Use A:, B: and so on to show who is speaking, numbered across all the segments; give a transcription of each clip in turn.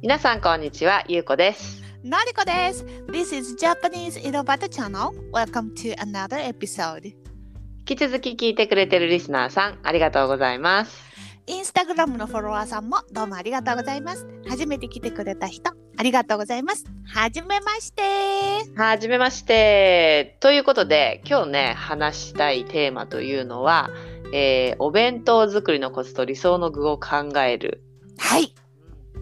A: 皆さんこんにちは、ゆうこです。
B: Nariko des. This is Japanese Irobata channel. Welcome to another episode.
A: 引き続き聞いてくれてるリスナーさん、ありがとうございます。
B: インスタグラムのフォロワーさんもどうもありがとうございます。初めて来てくれた人、ありがとうございます。はじめまして。
A: はじめまして。ということで、今日ね、話したいテーマというのは、えーお弁当作りのコツと理想の具を考える。
B: はい。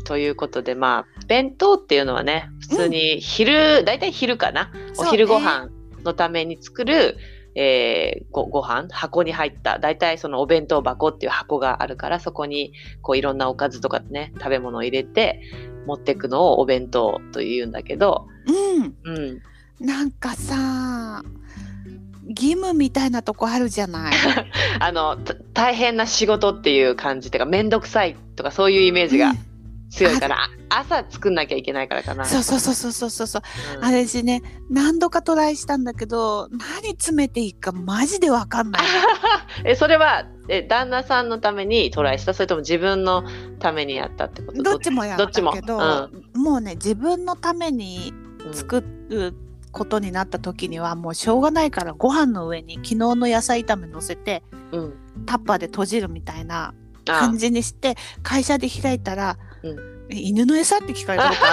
A: ということで、まあ、弁当っていうのはね、普通に昼、大体昼かな。お昼ご飯のために作る、えーごご飯箱に入った大体そのお弁当箱っていう箱があるからそこにこういろんなおかずとかね食べ物を入れて持ってくのをお弁当というんだけど、
B: そうね。
A: うん、
B: うん。なんかさ、義務みたいなとこあるじ ゃない。
A: あのた大変な仕事っていう感じっていうか面倒くさいとかそういうイメージが
B: うん
A: 強いから、あ朝作んなきゃいけないからかな。
B: そうそうそうそうそうそうそう。
A: うん
B: あれしね、何度かトライしたんだけど、何詰めていいかマジでわかんない。
A: えそれはえ旦那さんのためにトライしたそれとも自分のためにやったってこと
B: どっちもやったけど
A: どっちも
B: もうね自分のために
A: うん
B: 作ることになった時にはもうしょうがないからご飯の上に昨日の野菜炒め乗せて
A: うん、
B: タッパーで閉じるみたいな
A: あ
B: 感じにして会社で開いたら、
A: うん
B: え犬の餌って聞かれたこと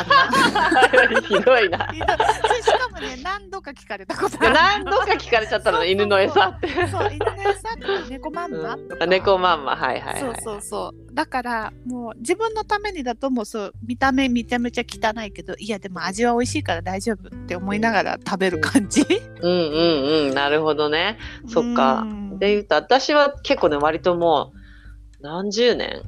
B: あるな
A: ひどいな
B: ひどいそれしかもね何度か聞かれたことある
A: 何度か聞かれちゃったのね、犬の餌って。
B: そう犬の餌とか猫まんま
A: うん
B: と
A: あ
B: か
A: 猫まんま、はいはい、はい。
B: そうそうそうだからもう自分のためにだともうそう見た目めちゃめちゃ汚いけどいやでも味は美味しいから大丈夫って思いながら食べる感じ、
A: うんうんうん、なるほどね。そっか
B: うん
A: で言うと、私は結構ね、割ともう、何十年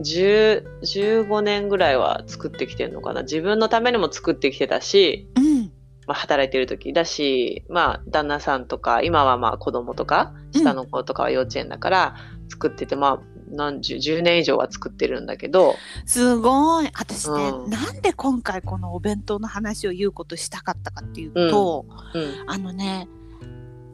A: 10 15年ぐらいは作ってきてるのかな自分のためにも作ってきてたし、
B: うん
A: まあ、働いてる時だし、まあ、旦那さんとか今はまあ子供とか下の子とかは幼稚園だから作ってて、まあ何十10年以上は作ってるんだけど、
B: すごい私ね、
A: うん
B: なんで今回このお弁当の話を言うことしたかったかっていうと、
A: うん
B: あのね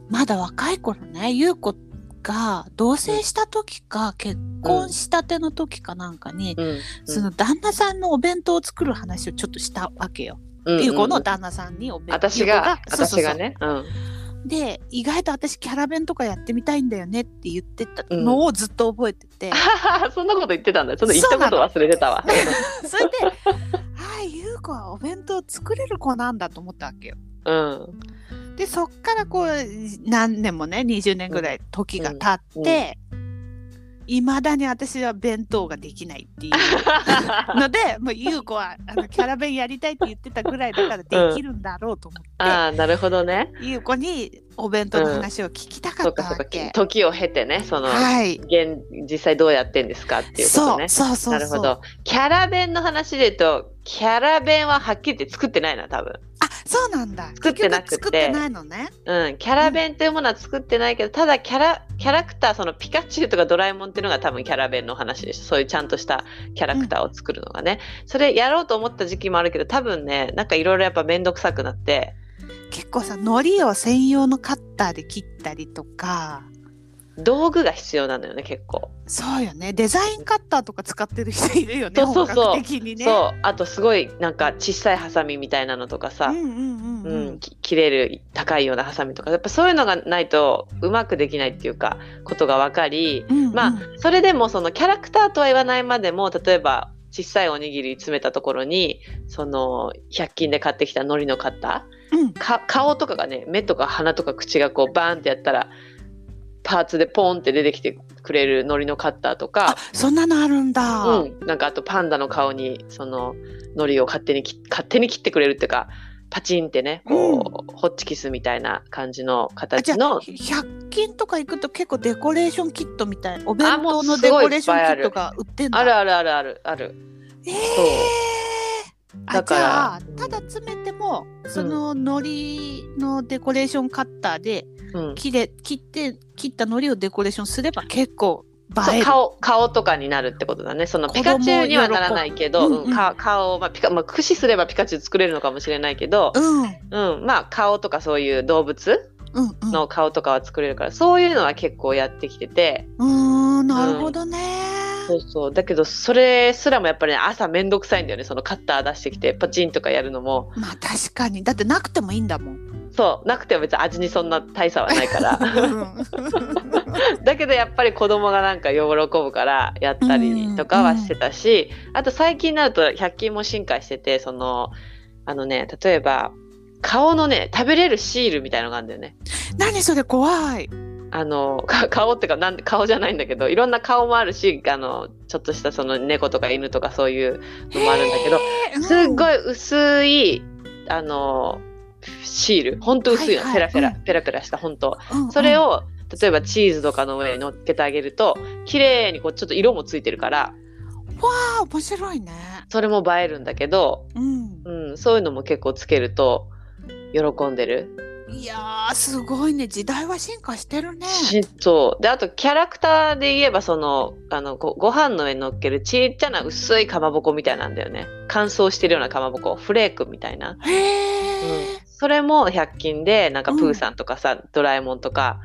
B: まだ若い頃ね優子が同棲した時か結婚したての時かなんかに、
A: うん、
B: その旦那さんのお弁当を作る話をちょっとしたわけよ。
A: うん
B: ゆうこ
A: う
B: の
A: ん
B: 旦那さんにお弁
A: 私
B: ゆうこ
A: が
B: そうそ
A: 私
B: うそ
A: が
B: う
A: ねうん
B: で意外と私キャラ弁とかやってみたいんだよねって言ってたのをずっと覚えてて、
A: そんな こと言ってたんだ。ちょっと言ったこと忘れてたわ。
B: それで 「ああ優子はお弁当作れる子なんだ」と思ったわけよ。
A: うん。
B: でそっからこう何年もね20年ぐらい時が経って。いまだに私は弁当ができないっていうの でもう優子はあのキャラ弁やりたいって言ってたぐらいだからできるんだろうと思って、
A: ああ、なるほどね。
B: ゆうこにお弁当の話を聞きたか
A: そ
B: っ
A: うか
B: た
A: そう
B: わ
A: か
B: け。。
A: 時を経てね、その、
B: はい。
A: 現実際どうやってんですかっていうことね。
B: そうそうそうそう
A: なるほど。キャラ弁の話で言うと、キャラ弁ははっきり言って作ってないな、多分。
B: あそうなんだ
A: 作ってなくて
B: 結局作ってないのね
A: うん。キャラ弁というものは作ってないけど、ただキャラ、キャラクター、そのピカチュウとかドラえもんっていうのが多分キャラ弁の話でした。そういうちゃんとしたキャラクターを作るのがね。それやろうと思った時期もあるけど、多分ね、なんかいろいろやっぱめんどくさくなって、
B: 結構さ海苔を専用のカッターで切ったりとか
A: 道具が必要なのよね結構、
B: そうよねデザインカッターとか使ってる人いるよね
A: そうそうそう
B: 本格的にね
A: そうあとすごいなんか小さいハサミみたいなのとかさ、
B: んうんうん
A: う
B: うんん、
A: き切れる高いようなハサミとかやっぱそういうのがないとうまくできないっていうかことが分かり
B: うんうん
A: まあそれでもそのキャラクターとは言わないまでも例えば小さいおにぎり詰めたところにその100均で買ってきた海苔のカッタ
B: うん
A: ーか顔とかがね目とか鼻とか口がこうバーンってやったらパーツでポンって出てきてくれる海苔のカッターとか
B: あそんなのあるんだ、
A: うん、なんかあとパンダの顔にその海苔を勝手にき勝手に切ってくれるっていうかパチンってねこう、ホッチキスみたいな感じの
B: あじ
A: 形
B: ゃあ
A: の
B: 100均とか行くと結構デコレーションキットみたいなお弁
A: あも
B: 当
A: う
B: の
A: す
B: デ
A: ごい
B: コレーションキットが売ってんだ
A: あるあるあるあるある
B: え
A: そう
B: えー、あ
A: だから
B: じゃあただ詰めてもその海苔のデコレーションカッターで
A: うん
B: 切れ切って切った海苔をデコレーションすれば結構
A: そ
B: 映
A: う
B: える
A: 顔顔とかになるってことだねその
B: 子
A: ピ
B: 供
A: カチュウにはならないけど、
B: 喜ぶ
A: うん
B: うんうん
A: か顔、まあピカまあ、駆使すればピカチュウ作れるのかもしれないけど、
B: うんうん
A: うん、まあ顔とかそういう動物
B: うん
A: の顔とかは作れるから、そういうのは結構やってきてて、
B: うーんなるほどね、
A: そうそうだけどそれすらもやっぱり、ね、朝めんどくさいんだよねそのカッター出してきてパチンとかやるのも
B: まあ確かにだってなくてもいいんだ もん。
A: そうなくても別に味にそんな大差はないからだけどやっぱり子供がなんか喜ぶからやったりとかはしてたし、あと最近になると100均も進化しててそのあのね例えば顔のね食べれるシールみたいのがあるんだよね。
B: 何それ怖い。
A: あのか顔っていうかなん顔じゃないんだけどいろんな顔もあるしあのちょっとしたその猫とか犬とかそういうのもあるんだけど、
B: うん
A: すっごい薄いあのシールほんと薄いの、
B: はいはい
A: ペラペラ、
B: うん
A: ペラペラしたほんと
B: うんうん
A: それを例えばチーズとかの上に乗っけてあげると綺麗にこうちょっと色もついてるから
B: あ面白いね。
A: それも映えるんだけど、
B: うん。
A: うん、そういうのも結構つけると喜んでる
B: いやーすごいね時代は進化してるね。
A: しそうであとキャラクターで言えばそのあのごご飯の上に乗っけるちっちゃな薄いかまぼこみたいなんだよね乾燥してるようなかまぼこフレークみたいな、
B: へえ。
A: それも100均でなんかプーさんとかさ、ドラえもんとか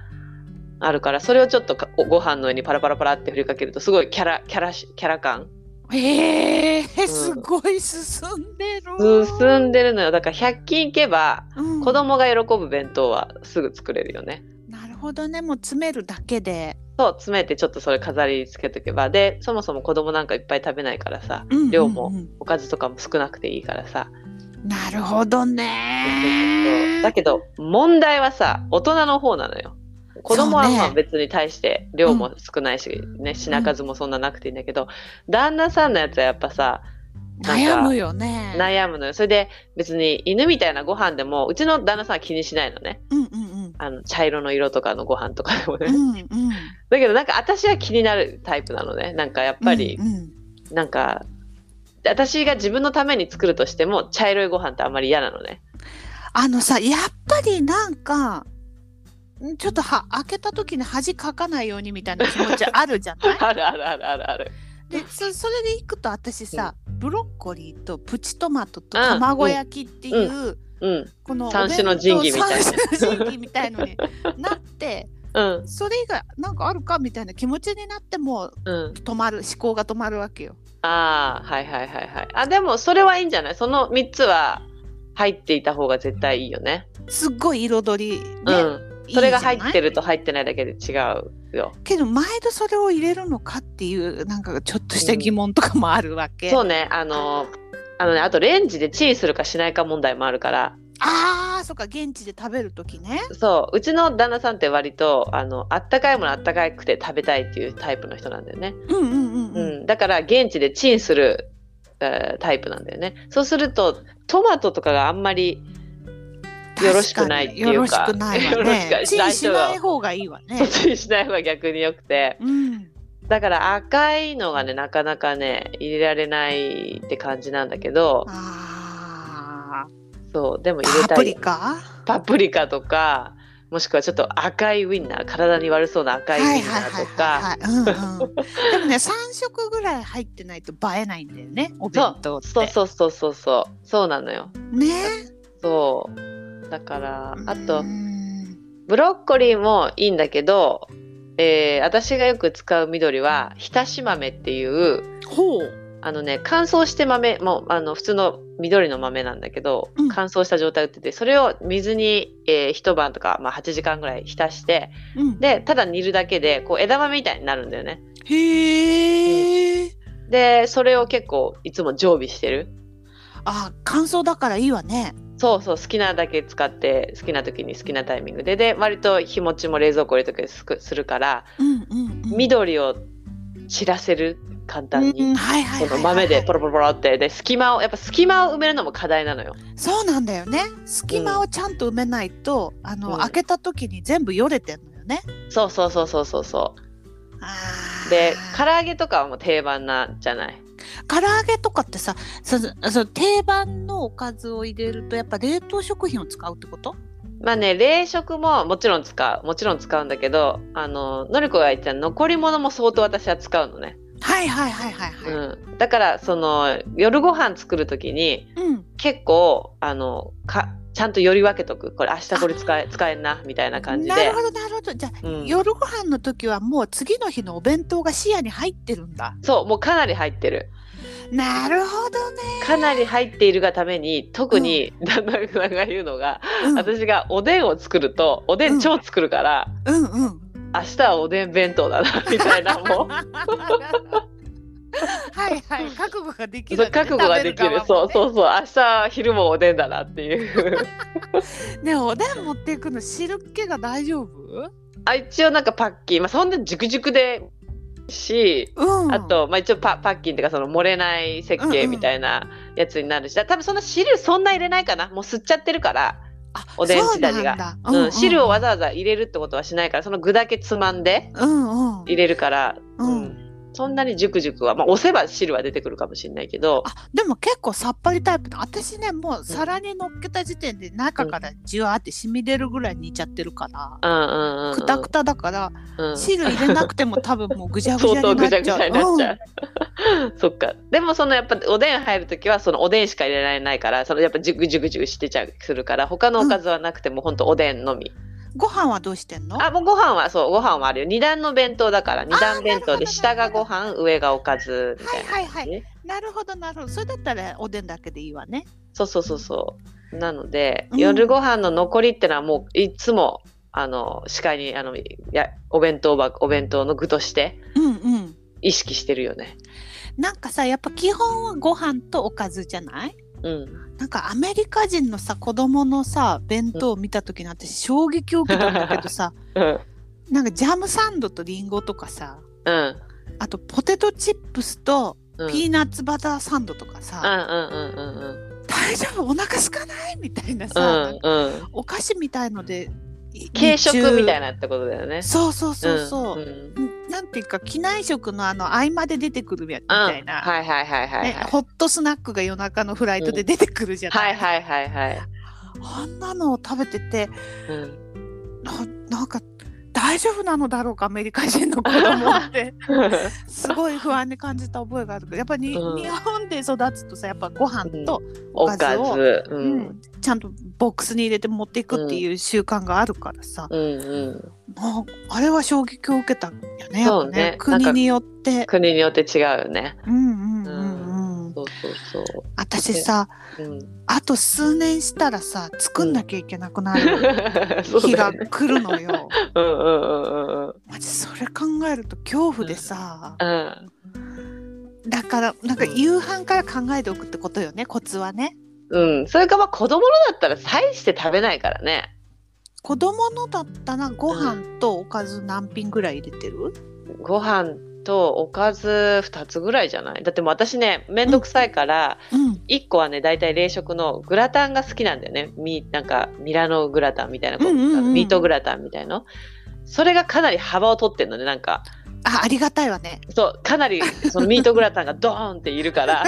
A: あるからそれをちょっとかごご飯の上にパラパラパラって振りかけるとすごいキャラキャラしキャラ感
B: へえすごい進んでる。
A: 進んでるのよだから100均行けば
B: うん
A: 子供が喜ぶ弁当はすぐ作れるよね、
B: なるほどねもう詰めるだけで。
A: そう詰めてちょっとそれ飾りつけとけばでそもそも子供なんかいっぱい食べないからさ
B: うんうんうん
A: 量もおかずとかも少なくていいからさ、
B: なるほどね。
A: だけど問題はさ大人の方なのよ子供は
B: そうね
A: まあ別に対して量も少ないし、ね品数もそんななくていいんだけど、旦那さんのやつはやっぱさなんか
B: 悩むよね。
A: 悩むのよそれで別に犬みたいなご飯でもうちの旦那さんは気にしないのね
B: うんうん
A: あの茶色の色とかのご飯とかでもね、
B: うん。うんうん。や
A: だけどなんか私は気になるタイプなのねなんかやっぱり、なんか私が自分のために作るとしても茶色いご飯ってあんまり嫌なのね
B: あのさやっぱりなんかんちょっとは開けた時に恥かかないようにみたいな気持ちあるじゃ ない
A: あるあるあるあるある
B: でそそれでいくと私さ、ブロッコリーとプチトマトと
A: うん
B: 卵焼きっていう、
A: うん
B: この
A: 三種の神器みたいな
B: お弁当三種の神器みたいのになって
A: うん
B: それ以外なんかあるかみたいな気持ちになってもう
A: うん
B: 止まる思考が止まるわけよ。
A: ああはいはいはいはいあでもそれはいいんじゃないその3つは入っていた方が絶対いいよね
B: すっごい彩り、ね
A: うんそれが入って
B: る
A: ると入ってないだけで違うよ
B: けど毎度それを入れるのかっていうなんかちょっとした疑問とかもあるわけ。
A: そうねあのあのねあとレンジでチンするかしないか問題もあるから
B: あーそっか現地で食べる時ね。
A: そううちの旦那さんって割とあのあったかいものあったかくて食べたいっていうタイプの人なんだよね
B: うんうんうんうん。
A: うん、だから現地でチンする、えータイプなんだよねそうするとトマトとかがあんまりよろしくないっていうか
B: よろしくないわ
A: よ
B: ね
A: ろ。しく
B: チ
A: ない
B: ンしない方がいいわ
A: そう
B: ね。
A: チンしない方が逆に良くて
B: うん。
A: だから赤いのがねなかなかね入れられないって感じなんだけど
B: あ
A: そうでも入
B: ー
A: れ
B: パ
A: た
B: プ
A: い
B: リカ。
A: パプリカとかもしくはちょっと赤いウインナー体に悪そうな赤いウインナーとか
B: いはいはいはい。うんうん。でも ね三色ぐらい入ってないと映えないんだよねお弁当って。
A: そうそうそうそうそうそうなのよ
B: ね。
A: そうだからあと
B: うん
A: ブロッコリーもいいんだけど、えー私がよく使う緑はひたし豆っていう
B: ほう。
A: あのね乾燥して豆もうあの普通の緑の豆なんだけど、
B: うん
A: 乾燥した状態売っててそれを水に、えー一晩とか、まあ、8時間ぐらい浸して
B: うん。
A: でただ煮るだけでこう枝豆みたいになるんだよね
B: へえ。
A: でそれを結構いつも常備してる
B: あ乾燥だからいいわね。
A: そうそう好きなだけ使って好きな時に好きなタイミングでで割と日持ちも冷蔵庫入れとけすくするから
B: うんうん、うん。
A: 緑を散らせる簡単に、
B: うん、はいはいはいはい、
A: この豆でポロポロポロってで隙間をやっぱ隙間を埋めるのも課題なのよ
B: そうなんだよね隙間をちゃんと埋めないと、あ
A: う
B: の、
A: ん
B: 開けた時に全部よれてんのよね
A: そうそうそうそうそうそ
B: あ
A: う
B: ー
A: で唐揚げとかはもう定番なんじゃない
B: 唐揚げとかってさそそ定番のおかずを入れるとやっぱ冷凍食品を使うってこと
A: まあね冷食ももちろん使うもちろん使うんだけどあののりこが言ってた残り物も相当私は使うのね、
B: はいはいはいはいはい、
A: うん、だからその夜ご飯作る時に
B: うん
A: 結構あのかちゃんとより分けとくこれ明日これ使え使えんなみたいな感じで
B: なるほどなるほどじゃあ、
A: うん
B: 夜ご飯の時はもう次の日のお弁当が視野に入ってるんだ
A: そうもうかなり入ってる
B: なるほどね、
A: かなり入っているがために特に旦那さんが言うのが、
B: うん、
A: 私がおでんを作るとおでん超作るから、
B: うんうん
A: 明日はおでん弁当だ なみたいなもう
B: はいはい覚悟ができ
A: そう
B: るわけね、
A: 覚悟ができるそう
B: う
A: そうそう明日昼もおでんだなっていう
B: ねえおでん持っていくの汁っ気が大丈夫
A: あ一応なんかパッキン、まあ、そんな熟熟でし
B: うん
A: あと、まあ、一応パパッキンっていうかその漏れない設計みたいなやつになるし、だ多分そんな汁そんな入れないかなもう吸っちゃってるから、
B: あ
A: おでん自体が
B: そうなんだ
A: うん汁をわ
B: ざ
A: ざわざ入れるってことはしないからその具だけつまんで
B: うんうん
A: 入れるから、
B: うん
A: そんなに熟熟は、まあ、押せば汁は出てくるかもしれないけど
B: あでも結構さっぱりタイプの私ねもう皿に乗っけた時点で中からじわーって染み出るぐらい煮ちゃってるから、
A: うんうんうんうん
B: くたくただから、
A: うん
B: 汁入れなくても多分もうぐちゃぐち
A: 相
B: ゃ
A: 当
B: に
A: ぐ
B: なっ
A: ちゃぐ
B: ち
A: ち
B: ゃう
A: ゃになっちゃう。そっか。でもそのやっぱおでん入るときはそのおでんしか入れられないから、そのやっぱジュグジュグジュグしてちゃうするから、他のおかずはなくても本当おでんのみ。
B: うんご飯はどうしてんの
A: あ、もうご飯はそうご飯はあるよ。二段の弁当だから、二段弁当で
B: なるほど
A: 下がご飯、上がおかずみたいな。
B: はいはいは
A: ね
B: い。なるほどなるほど。それだったらおでんだけでいいわね。
A: そうそうそうそう。なので、
B: うん
A: 夜ご飯の残りってのはもういつも。あの視界にあのやお弁当箱お弁当の具として
B: うんうん。
A: 意識してるよね。
B: なんかさやっぱ基本はご飯とおかずじゃない
A: うん、
B: なんかアメリカ人のさ子供のさ弁当を見た時に私衝撃を受けたんだけどさ
A: うん、
B: なんかジャムサンドとリンゴとかさ
A: うん、
B: あとポテトチップスと
A: うん、
B: ピーナッツバターサンドとか
A: うん
B: さ、
A: うんうんうんうん。
B: 大丈夫お腹空かないみたいな
A: う
B: さ、
A: んうん、
B: お菓子みたいので
A: 軽食みたい
B: な
A: なってことだよね。
B: そうそうそうそう、
A: んん
B: なんていうか機内食のあの合間で出てくるやみたいな、
A: はいはいはいはい
B: ね
A: はい。
B: ホットスナックが夜中のフライトで出てくるじゃな、
A: はいいはいはいはい。
B: あんなのを食べてて
A: うん、
B: ななんか大丈夫なのだろうかアメリカ人の子供って すごい不安に感じた覚えがあるけどやっぱり、
A: うん
B: 日本で育つとさやっぱご飯と、
A: お
B: お
A: か
B: かずを
A: ず。う
B: うん
A: ん
B: ちゃんとボックスに入れて持っていくっていう習慣があるからさ、
A: うんうん、
B: なんかあれは衝撃を受けたんよねやっぱね
A: そうねなんか
B: 国によって。
A: 国によって違うよね。
B: うんうんうんうん、
A: そうそう
B: 私さ
A: そう。うん、
B: あと数年したらさ作んなきゃいけなくなる
A: そう
B: 日
A: だよ
B: が
A: ね。
B: 来るのよ。
A: うんうんうんうんうん
B: マジそれ考えると恐怖でさ、
A: うん
B: だからなんか
A: うん
B: 夕飯から考えておくってことよねコツはね。
A: うん、それかまあ子供のだったら大して食べないからね
B: 子供のだったらご飯とおかず何品ぐらい入れてる、
A: ご飯とおかず2つぐらいじゃないだってもう私ね面倒くさいから、
B: うん、
A: 1個はね大体冷食のグラタンが好きなんだよねミなんかミラノグラタンみたいなこと、
B: うんうんうん
A: ミートグラタンみたいなそれがかなり幅を取ってるのねなんか
B: あありがたいわね。
A: そうかなりそのミートグラタンがドーンっているから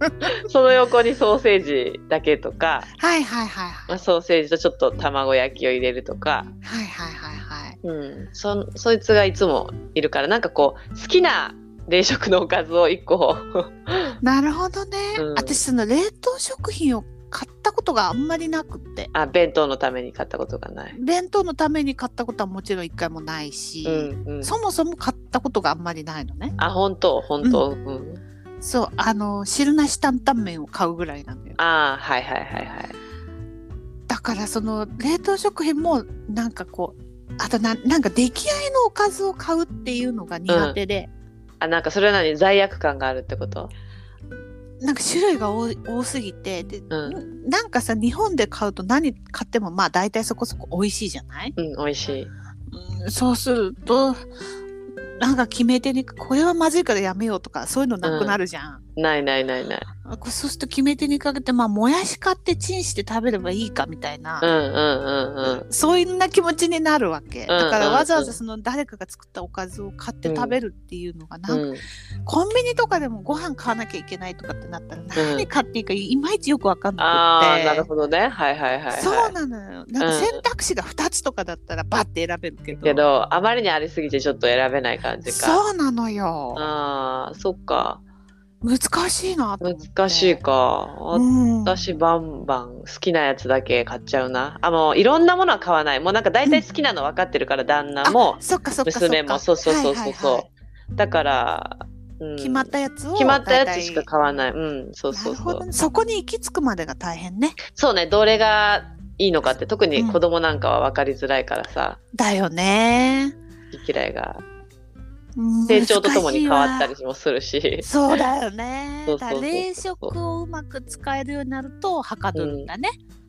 A: その横にソーセージだけとか
B: はいは
A: ま
B: いはいは
A: あ
B: い
A: ソーセージとちょっと卵焼きを入れるとか、
B: はいはいはいはい。
A: うん、そそいつがいつもいるからなんかこう好きな冷食のおかずを1個
B: なるほどね。
A: うん
B: 私その冷凍食品を買ったことがあんまりなくって
A: あ弁当のために買ったことがない。
B: 弁当のために買ったことはもちろん一回もないし。
A: うんうん、
B: そもそも買ったことがあんまりないのね。
A: あ本当本当、うん
B: そう、あの、汁なし担々麺を買うぐらいなのよ。
A: ああはいはいはいはい。
B: だから、その、冷凍食品も、なんかこう、あとな、なんか出来合いのおかずを買うっていうのが苦手で、
A: あなんかそれなのに罪悪感があるってこと
B: なんか種類が多い多すぎて、で、
A: うん
B: なんかさ、日本で買うと何買っても、まあ大体そこそこ美味しいじゃない、
A: うん美味しい
B: うん、そうすると、なんか決め手に、これはまずいからやめようとか、そういうのなくなるじゃん。
A: ないないないない
B: あこれそうすると決め手にかけて、まあ、もやし買ってチンして食べればいいかみたいな、
A: うんうんうんうん
B: そういうんな気持ちになるわけ、だか
A: うんう
B: ら
A: んうん
B: わざわざその誰かが作ったおかずを買って食べるっていうのがなんか、
A: うん
B: コンビニとかでもご飯買わなきゃいけないとかってなったら何買っていいかいまいちよくわかんなく
A: あ
B: て、
A: あなるほどねはいはいはい、はい、
B: そうなのよなんか
A: うん
B: 選択肢が2つとかだったらバッて選べるけど
A: けどあまりにありすぎてちょっと選べない感じか
B: そうなのよ、
A: あーそっか
B: 難しいなと思って
A: 難しいか。
B: うん、
A: 私バンバン好きなやつだけ買っちゃうな。あもういろんなものは買わない。もうなんか大体好きなの分かってるから旦那も
B: あそっかそっかそっか
A: 娘もそうそうそうそうそう。
B: はいはいは
A: だから、うん
B: い決まったやつを
A: 決まったやつしか
B: 大体
A: 買わない。うんそうそう
B: な
A: そ
B: るほ
A: う
B: ど。ねそこに行き着くまでが大変ね
A: そうねどれがいいのかって特に子供なんかは分かりづらいからさ、
B: だよね
A: 好き嫌いが
B: うん
A: 成長とともに変わった
B: 難しい
A: りもするし。
B: そうだよね
A: そう
B: だ
A: そうそうそ
B: から
A: う
B: 冷食をうまく使えるようになるとはかどるんだね、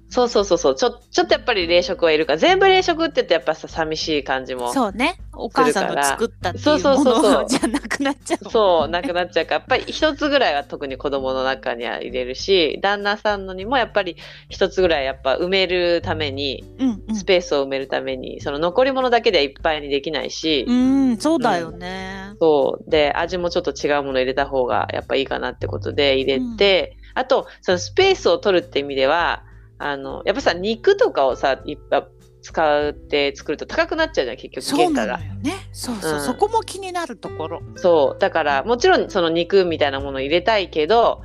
A: そうそうそうそうちょちょっとやっぱり冷食はいるから全部冷食って言うとやっぱさ寂しい感じも
B: そうねお母さんの作ったっていう
A: そう
B: も
A: そうそうそう
B: のじゃなくなっちゃうもんね
A: そうなくなっちゃうからやっぱり一つぐらいは特に子供の中には入れるし旦那さんのにもやっぱり一つぐらいやっぱ埋めるために
B: うんうん
A: スペースを埋めるために、その残り物だけではいっぱいにできないし、
B: うん、そうだよね。
A: そうで味もちょっと違うもの入れた方がやっぱいいかなってことで入れて、あとそのスペースを取るって意味ではあのやっぱさ肉とかをさいっぱい使って作ると高くなっちゃうじゃん結局
B: そう
A: 原
B: な
A: 価が
B: のよね。そうそう、
A: うん
B: そこも気になるところ。
A: そうだからもちろんその肉みたいなものを入れたいけど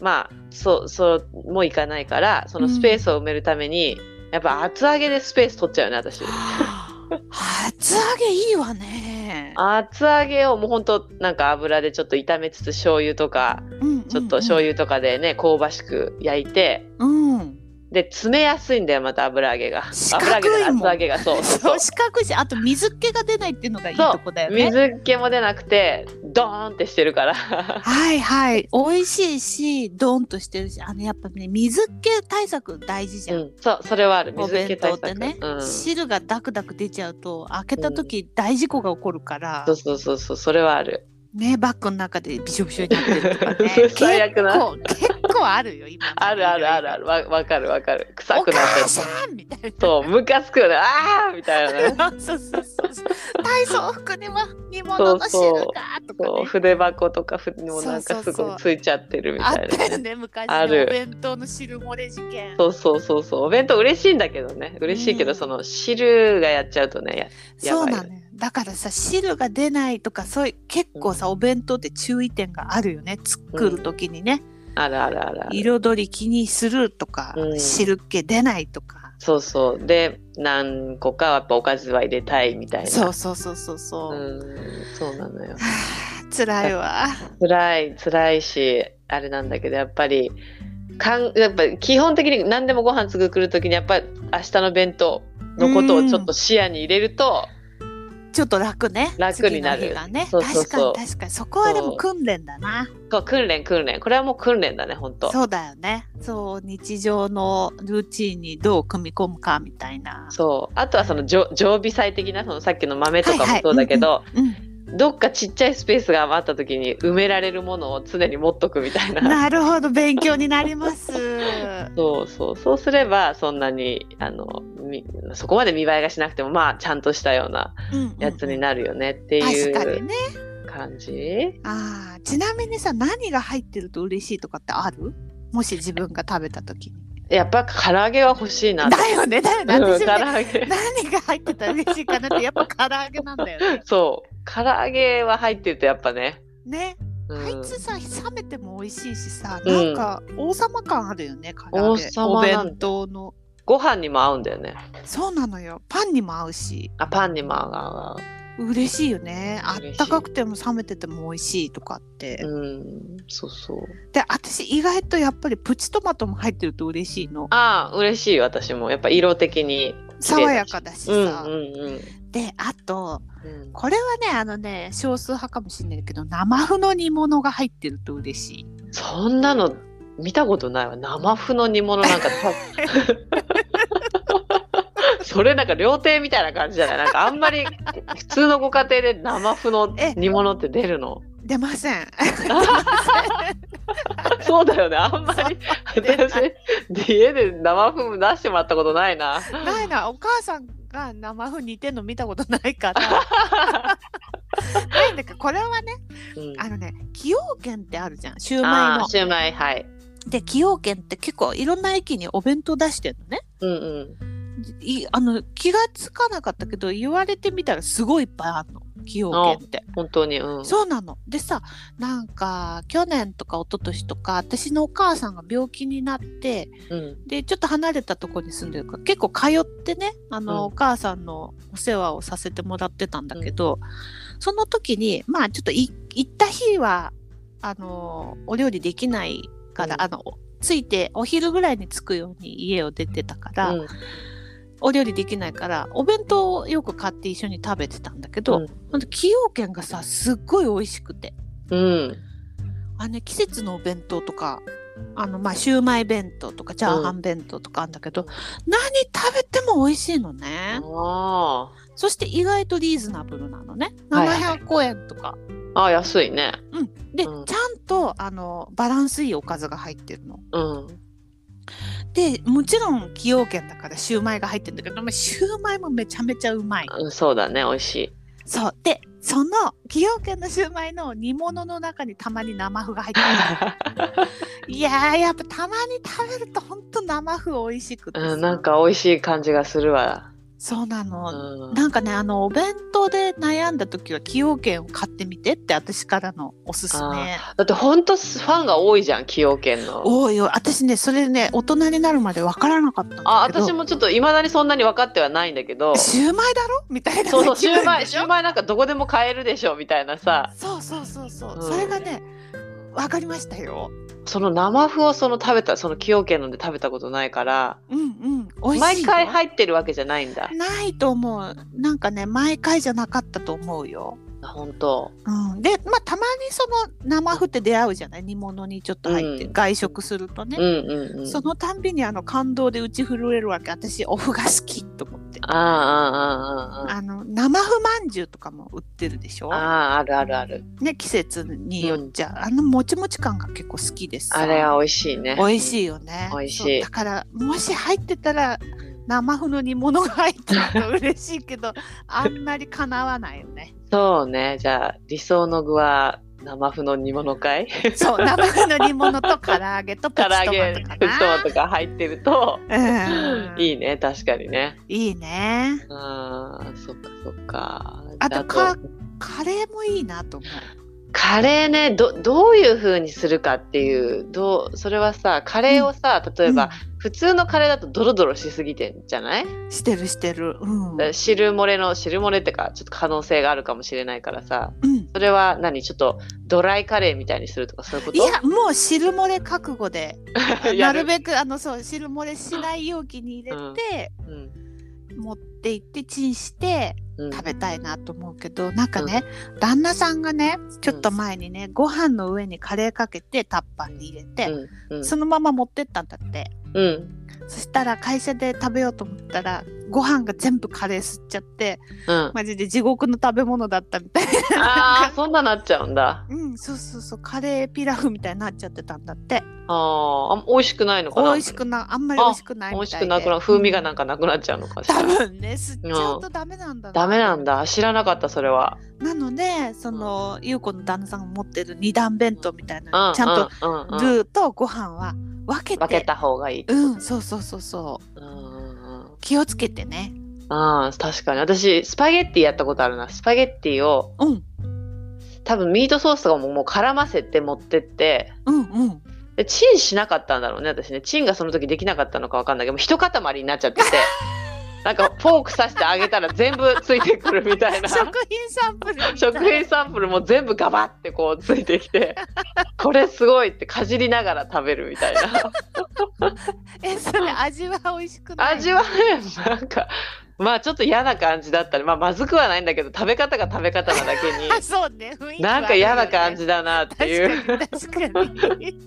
A: まあそうそうもういかないからそのスペースを埋めるために、やっぱ厚揚げでスペース取っちゃうね私
B: 厚揚げいいわね。
A: 厚揚げをもうほんとなんか油でちょっと炒めつつ醤油とか
B: うん
A: ちょっと醤。油とかでね、香ばしく焼いて
B: うんうん。
A: で詰めやすいんだよまた油揚げが
B: 四
A: 油揚
B: 角
A: げ
B: い
A: だ
B: もん
A: 厚揚げがそうそう
B: そ
A: そう
B: う四角いし、あと水っ気が出ないっていうのがいい
A: そう
B: とこだよね。
A: 水気も出なくてドーンってしてるから
B: はいはい、美味しいし、ドンとしてるし、あのやっぱね、水っ気対策大事じ
A: う
B: ゃん。
A: んそうそれはある
B: お
A: 水気
B: 弁当
A: 対
B: っ
A: 策
B: てね、
A: うん
B: 汁がダクダク出ちゃうと開けた時大事故が起こるから、
A: そうそうそうそうそれはある
B: ねバッグの中でびしょびしょになってるとかね
A: 最悪な
B: 結構結構あるよ今
A: あるあるあるあるわわかるわかる臭
B: お
A: くなった
B: 母
A: り
B: さんみたいな
A: そうムカつくよねあーみたいなね
B: そうそうそうそう体操服には煮物の汁がとか
A: そ
B: ね
A: う筆箱とかふにもなんか
B: そ
A: す
B: うそう
A: ご
B: そ
A: いうついちゃってるみ
B: あ
A: た
B: っ
A: いな
B: たよね昔
A: あ
B: ね
A: る
B: お弁当の汁漏れ事件
A: そうそうそうそうお弁当嬉しいんだけどね嬉しいけど、
B: うん
A: その汁がやっちゃうとねやや
B: そう
A: ばいよ
B: なのよだからさ汁が出ないとかそういう結構さお弁当って注意点があるよね作る時にね
A: あるあるあるある
B: 彩り気にするとか
A: うん
B: 汁気出ないとか
A: そうそうで何個かやっぱおかずは入れたいみたいな
B: そうそうそうそうそううん
A: そうなのよ
B: はあ辛 いわ
A: 辛い辛いしあれなんだけどやっぱりかんやっぱ基本的に何でもご飯作る時にやっぱり明日の弁当のことをちょっと視野に入れると、
B: ちょっと楽ね。
A: 楽になる
B: 次の日がね。
A: そうそうそう
B: 確かに確かに。そこはでも訓練だな。
A: そう訓練訓練これはもう訓練だね本当
B: そうだよね。そう、日常のルーチンにどう組み込むかみたいな。
A: そうあとはそのじょ常備菜的なそのさっきの豆とか
B: はいは
A: も
B: い
A: そうだけど、
B: うん。
A: どっかちっちゃいスペースが余った時に埋められるものを常に持っとくみたいな。
B: なるほど、勉強にな ります。
A: そうそうそうすればそんなにあのみそこまで見栄えがしなくてもまあちゃんとしたような
B: うんうんうん
A: やつになるよねってい
B: 確かに
A: う
B: ね。
A: 感じ
B: ああ、ちなみにさ、何が入ってると嬉しいとかってあるもし自分が食べた時に。
A: やっぱ唐揚げは欲しいな
B: だよね、だよね。
A: うん
B: 私
A: 唐
B: もね
A: 揚げ
B: 何が入ってたら嬉しいかなって、やっぱ唐揚げなんだよね。
A: そう唐揚げは入ってるとやっぱね、
B: ね。
A: う
B: あい
A: ん、
B: つさ冷めても美味しいしさ、
A: うん
B: なんか王様感あるよね唐揚げ
A: 王様
B: お
A: なんだ
B: 弁当の
A: ご飯にも合うんだよね
B: そうなのよパンにも合うし
A: あパンにも合
B: 嬉しいよねあ
A: 嬉しい
B: ったかくても冷めてても美味しいとかって、
A: ううんそうそう
B: で私意外とやっぱりプチトマトも入ってると嬉しいの
A: ああ嬉しい私もやっぱ色的に
B: 爽やかだし
A: うんう
B: さ、
A: ん
B: であと
A: うんうん
B: これはねあのね少数派かもしれないけど生麩の煮物が入ってると嬉しい
A: そんなの見たことないわ生麩の煮物なんか たそれなんか料亭みたいな感じじゃないなんかあんまり普通のご家庭で生麩の煮物って出る の
B: 出ません
A: そうだよねあんまり
B: 出ない
A: 私家で生麩出してもらったことないな
B: ないなお母さんが生麩煮てんの見たことないからないんだけどこれはね
A: うん
B: あのね崎陽軒ってあるじゃんシューマイ
A: あ
B: の
A: ーシューマイはい
B: で崎陽軒って結構いろんな駅にお弁当出してるのね
A: うんうん
B: いあの気がつかなかったけど言われてみたらすごいいっぱいあるの崎陽軒って。
A: 本当に、うん。
B: そうなの。でさなんか去年とか一昨年とか私のお母さんが病気になって
A: うん。
B: でちょっと離れたとこに住んでるから結構通ってねあの、
A: うん
B: お母さんのお世話をさせてもらってたんだけど、その時にまあちょっとい行った日はあのお料理できないから、
A: うん
B: あのついてお昼ぐらいに着くように家を出てたから、
A: うん
B: お料理できないからお弁当をよく買って一緒に食べてたんだけど、
A: うん
B: ほんと崎陽軒がさすっごい美味しくて
A: うん。
B: あのね季節のお弁当とかあのまあシューマイ弁当とかチャーハン弁当とかあるんだけど、何食べても美味しいのね、
A: あ
B: そして意外とリーズナブルなのね
A: はいはいはい
B: 700円とか、
A: あ。ああ、安いね。
B: うん、で、
A: うん
B: ちゃんとあのバランスいいおかずが入ってるの
A: うん。
B: でもちろん崎陽軒だからシューマイが入ってるんだけどまあシューマイもめちゃめちゃうまい
A: うんそうだね、美味し い。
B: そうでその崎陽軒のシューマイの煮物の中にたまに生麩が入っ てるいやーやっぱたまに食べるとほんと生麩美味しくてさ、
A: うん、なんか美味しい感じがするわ。
B: そうな
A: う
B: の、
A: ん。
B: なんかねあのお弁当で悩んだ時は崎陽軒を買ってみてって私からのおすすめ
A: あだって本当ファンが多いじゃん、崎陽軒の。
B: おいよ私ねそれね大人になるまでわからなかったんだけど
A: あ、私もちょっといまだにそんなに分かってはないんだけど。
B: シューマイだろみたいな
A: そう そう、シューマイ、
B: 気分でし
A: シ
B: ょ
A: ューマイなんかどこでも買えるでしょみたいなさ。
B: そうそうそうそう、
A: うん
B: それがねわかりましたよ
A: その生麩をその食べた、その崎陽軒ので食べたことないから。
B: うんうん美味し
A: 毎
B: い
A: 回
B: よ
A: 入ってるわけじゃないんだ。
B: ないと思うなんかね毎回じゃなかったと思うよ、
A: あ本当。
B: うん、でまあたまにその生麩って出会うじゃない煮物にちょっと入って、
A: うん
B: 外食するとね
A: う、んうんうん。
B: そのたんびにあの感動で打ち震えるわけ私お麩が好きと思って
A: あああああああ
B: あの生麩まんじゅうとかも売ってるでしょ
A: あああるあるある。
B: ね季節によっちゃ、あのもちもち感が結構好きです
A: あれは美味しいね。
B: 美味
A: い。
B: しいよね
A: 美味しい
B: そうだからもし入ってたら生麩の煮物が入ってると嬉しいけどあんまりかなわないよね
A: そうね。じゃあ理想の具は生麩の煮物か い？
B: そう、生麩の煮物と唐揚げとプ
A: 唐
B: チトマ
A: 揚
B: ト
A: げ、
B: か
A: プチトマ
B: な。
A: トが入ってると
B: うん、い
A: いいね。確かにね。
B: いね。
A: ああ、そっかそっか。
B: あ
A: で
B: とかカレーもいいなと思
A: カレーねどどういう風にするかっていうどうそれはさカレーをさ、
B: う。
A: 例えば、普通のカレーだとドロドロしすぎてんじゃない？
B: うん、してるしてる。う
A: だ
B: ん。
A: から汁漏れの汁漏れってかちょっと可能性があるかもしれないからさ
B: うん
A: それは何ちょっとドライカレーみたいにするとかそういうこと
B: いやもう汁漏れ覚悟 で
A: や
B: なるべくあのそう汁漏れしない容器に入れて、
A: うん
B: 持って行ってチンして
A: うん
B: 食べたいなと思うけどなんかね、旦那さんがねちょっと前にね、ご飯の上にカレーかけてタッパーに入れて、
A: うんうん
B: そのまま持ってったんだって
A: うん
B: そしたら会社で食べようと思ったらご飯が全部カレー吸っちゃって
A: うん
B: マジで地獄の食べ物だったみたい
A: ああそんななっちゃうんだ
B: うんそうそうそうカレーピラフみたいになっちゃってたんだって
A: あーあ美味しくないのか
B: 美
A: な
B: 味しくなあんまり美味しくない
A: 美
B: み
A: 味
B: た
A: し
B: い
A: く
B: で
A: なくな風味がなんかなくなっちゃうのかしら
B: 多分ね吸っちゃうとダメなんだな
A: ダメなんだ知らなかったそれは
B: なのでその優子の旦那さんが持ってる二段弁当みたいなの
A: う
B: にちゃんと
A: うんうんうん
B: ルーとご飯は分けて
A: 分けた方がいい
B: うんそうそうそうそう
A: うんうんうん
B: 気をつけてね
A: あー確かに私スパゲッティやったことあるなスパゲッティを
B: うん
A: 多分ミートソースとかももう絡ませて持ってって
B: うんうん
A: でチンしなかったんだろうね私ねチンがその時できなかったのかわかんないけどもう一塊になっちゃって てなんかフォーク刺してあげたら全部ついてくるみたいな
B: 食品サンプルみたいな
A: 食品サンプルも全部ガバってこうついてきてこれすごいってかじりながら食べるみたい な
B: えそれ味は美味しくない
A: 味はねなんかまあちょっと嫌な感じだったり、まあ、まずくはないんだけど食べ方が食べ方なだ けに
B: そうね雰囲気は
A: な
B: あるよね
A: んか嫌な感じだなっていう。
B: 確かに確かに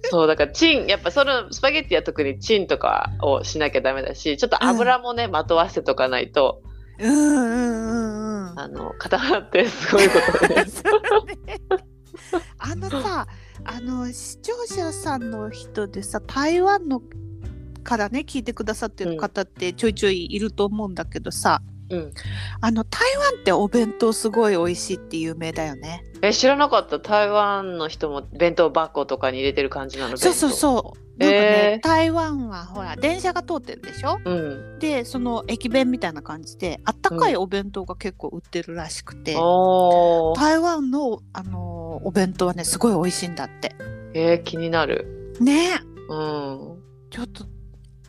A: そうだからチンやっぱそのスパゲッティは特にチンとかをしなきゃダメだしちょっと油もね、まとわせとかないと
B: うんうんうんうん
A: あの固まってすごいこと で
B: そうねあのさあの視聴者さんの人でさ台湾のからね聞いてくださってる方ってちょいちょいいると思うんだけどさ、
A: うん、
B: あの台湾ってお弁当すごい美味しいって有名だよね。
A: え知らなかった台湾の人も弁当箱とかに入れてる感じなの
B: そうそう
A: う
B: そう。なんか
A: え
B: ね、
A: ー
B: 台湾はほら電車が通ってるでしょ
A: うん
B: でその駅弁みたいな感じであったかいお弁当が結構売ってるらしくて、
A: おー
B: 台湾の、あのーお弁当はねすごい美味しいんだって。
A: えー、気になる
B: ねえ
A: うん
B: ちょっと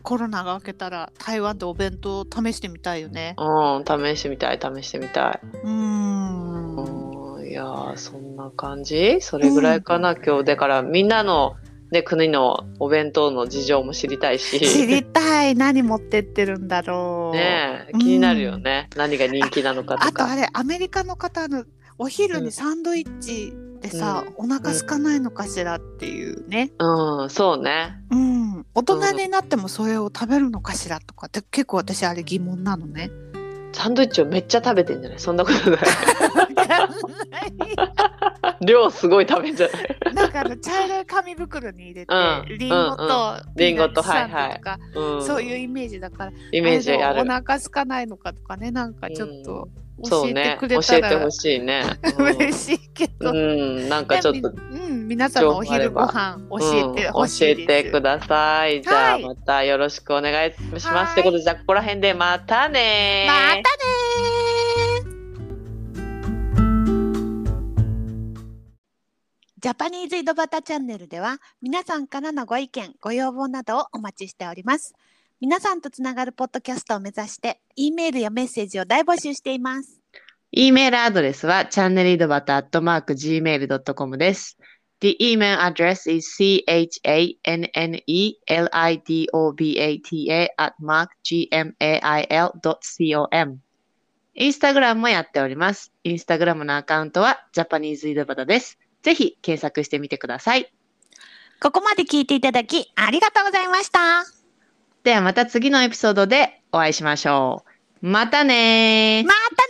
B: コロナが明けたら台湾でお弁当を試してみたいよね。
A: うん、試してみたい、試してみたい。
B: うーん
A: うん、いやー、そんな感じそれぐらいかな、今日。だから、みんなの、ね、国のお弁当の事情も知りたいし、
B: 知りたい何持ってってるんだろう。
A: ねえ気になるよね、何が人気なのかと
B: あとあ
A: か。
B: れアメリカの方のお昼
A: う
B: に
A: ん
B: サンドイッチでさ、お腹空かないのかしらっていうね、
A: うん、そうね。
B: うん、大人になってもそれを食べるのかしらとかって結構私あれ疑問なのね。
A: サンドイッチをめっちゃ食べてんじゃないそんなことない。
B: な
A: 量すごい食べんじゃ ない
B: んかあの茶色い紙袋に入れて、
A: うん
B: リンゴと、
A: う
B: ピーナッ
A: リンゴと
B: ツ
A: は
B: サン
A: い
B: ド
A: はい
B: とか、
A: うん、
B: そういうイメージだから
A: イメージあ
B: れで
A: る
B: お。腹空かないのかとかねなんかちょっと
A: そう
B: 教えて
A: ね。
B: くれ
A: 教
B: た
A: えて
B: ら
A: ほしいね。
B: 嬉しいけ
A: う
B: ど。
A: ん、うん、なんかちょっと
B: ねみうん、皆さんのお昼ご飯教えてほしい
A: うん
B: です、
A: 教えてください。じゃ
B: は
A: あ
B: い
A: またよろしくお願いします。と、
B: はい
A: い、うことでじゃあここら辺でまたね
B: またねジャパニーズ井戸端チャンネルでは皆さんからのご意見ご要望などをお待ちしております皆さんとつながるポッドキャストを目指して E メールやメッセージを大募集しています
A: E メールアドレスはチャンネル d バタ a t mark gmail.com です。The email address is chanelidobata at mark gmail.com。インスタグラムもやっております。インスタグラムのアカウントはジャパニーズイドバタです。ぜひ検索してみてください。
B: ここまで聞いていただきありがとうございました
A: ではまた次のエピソードでお会いしましょう。またねー。
B: また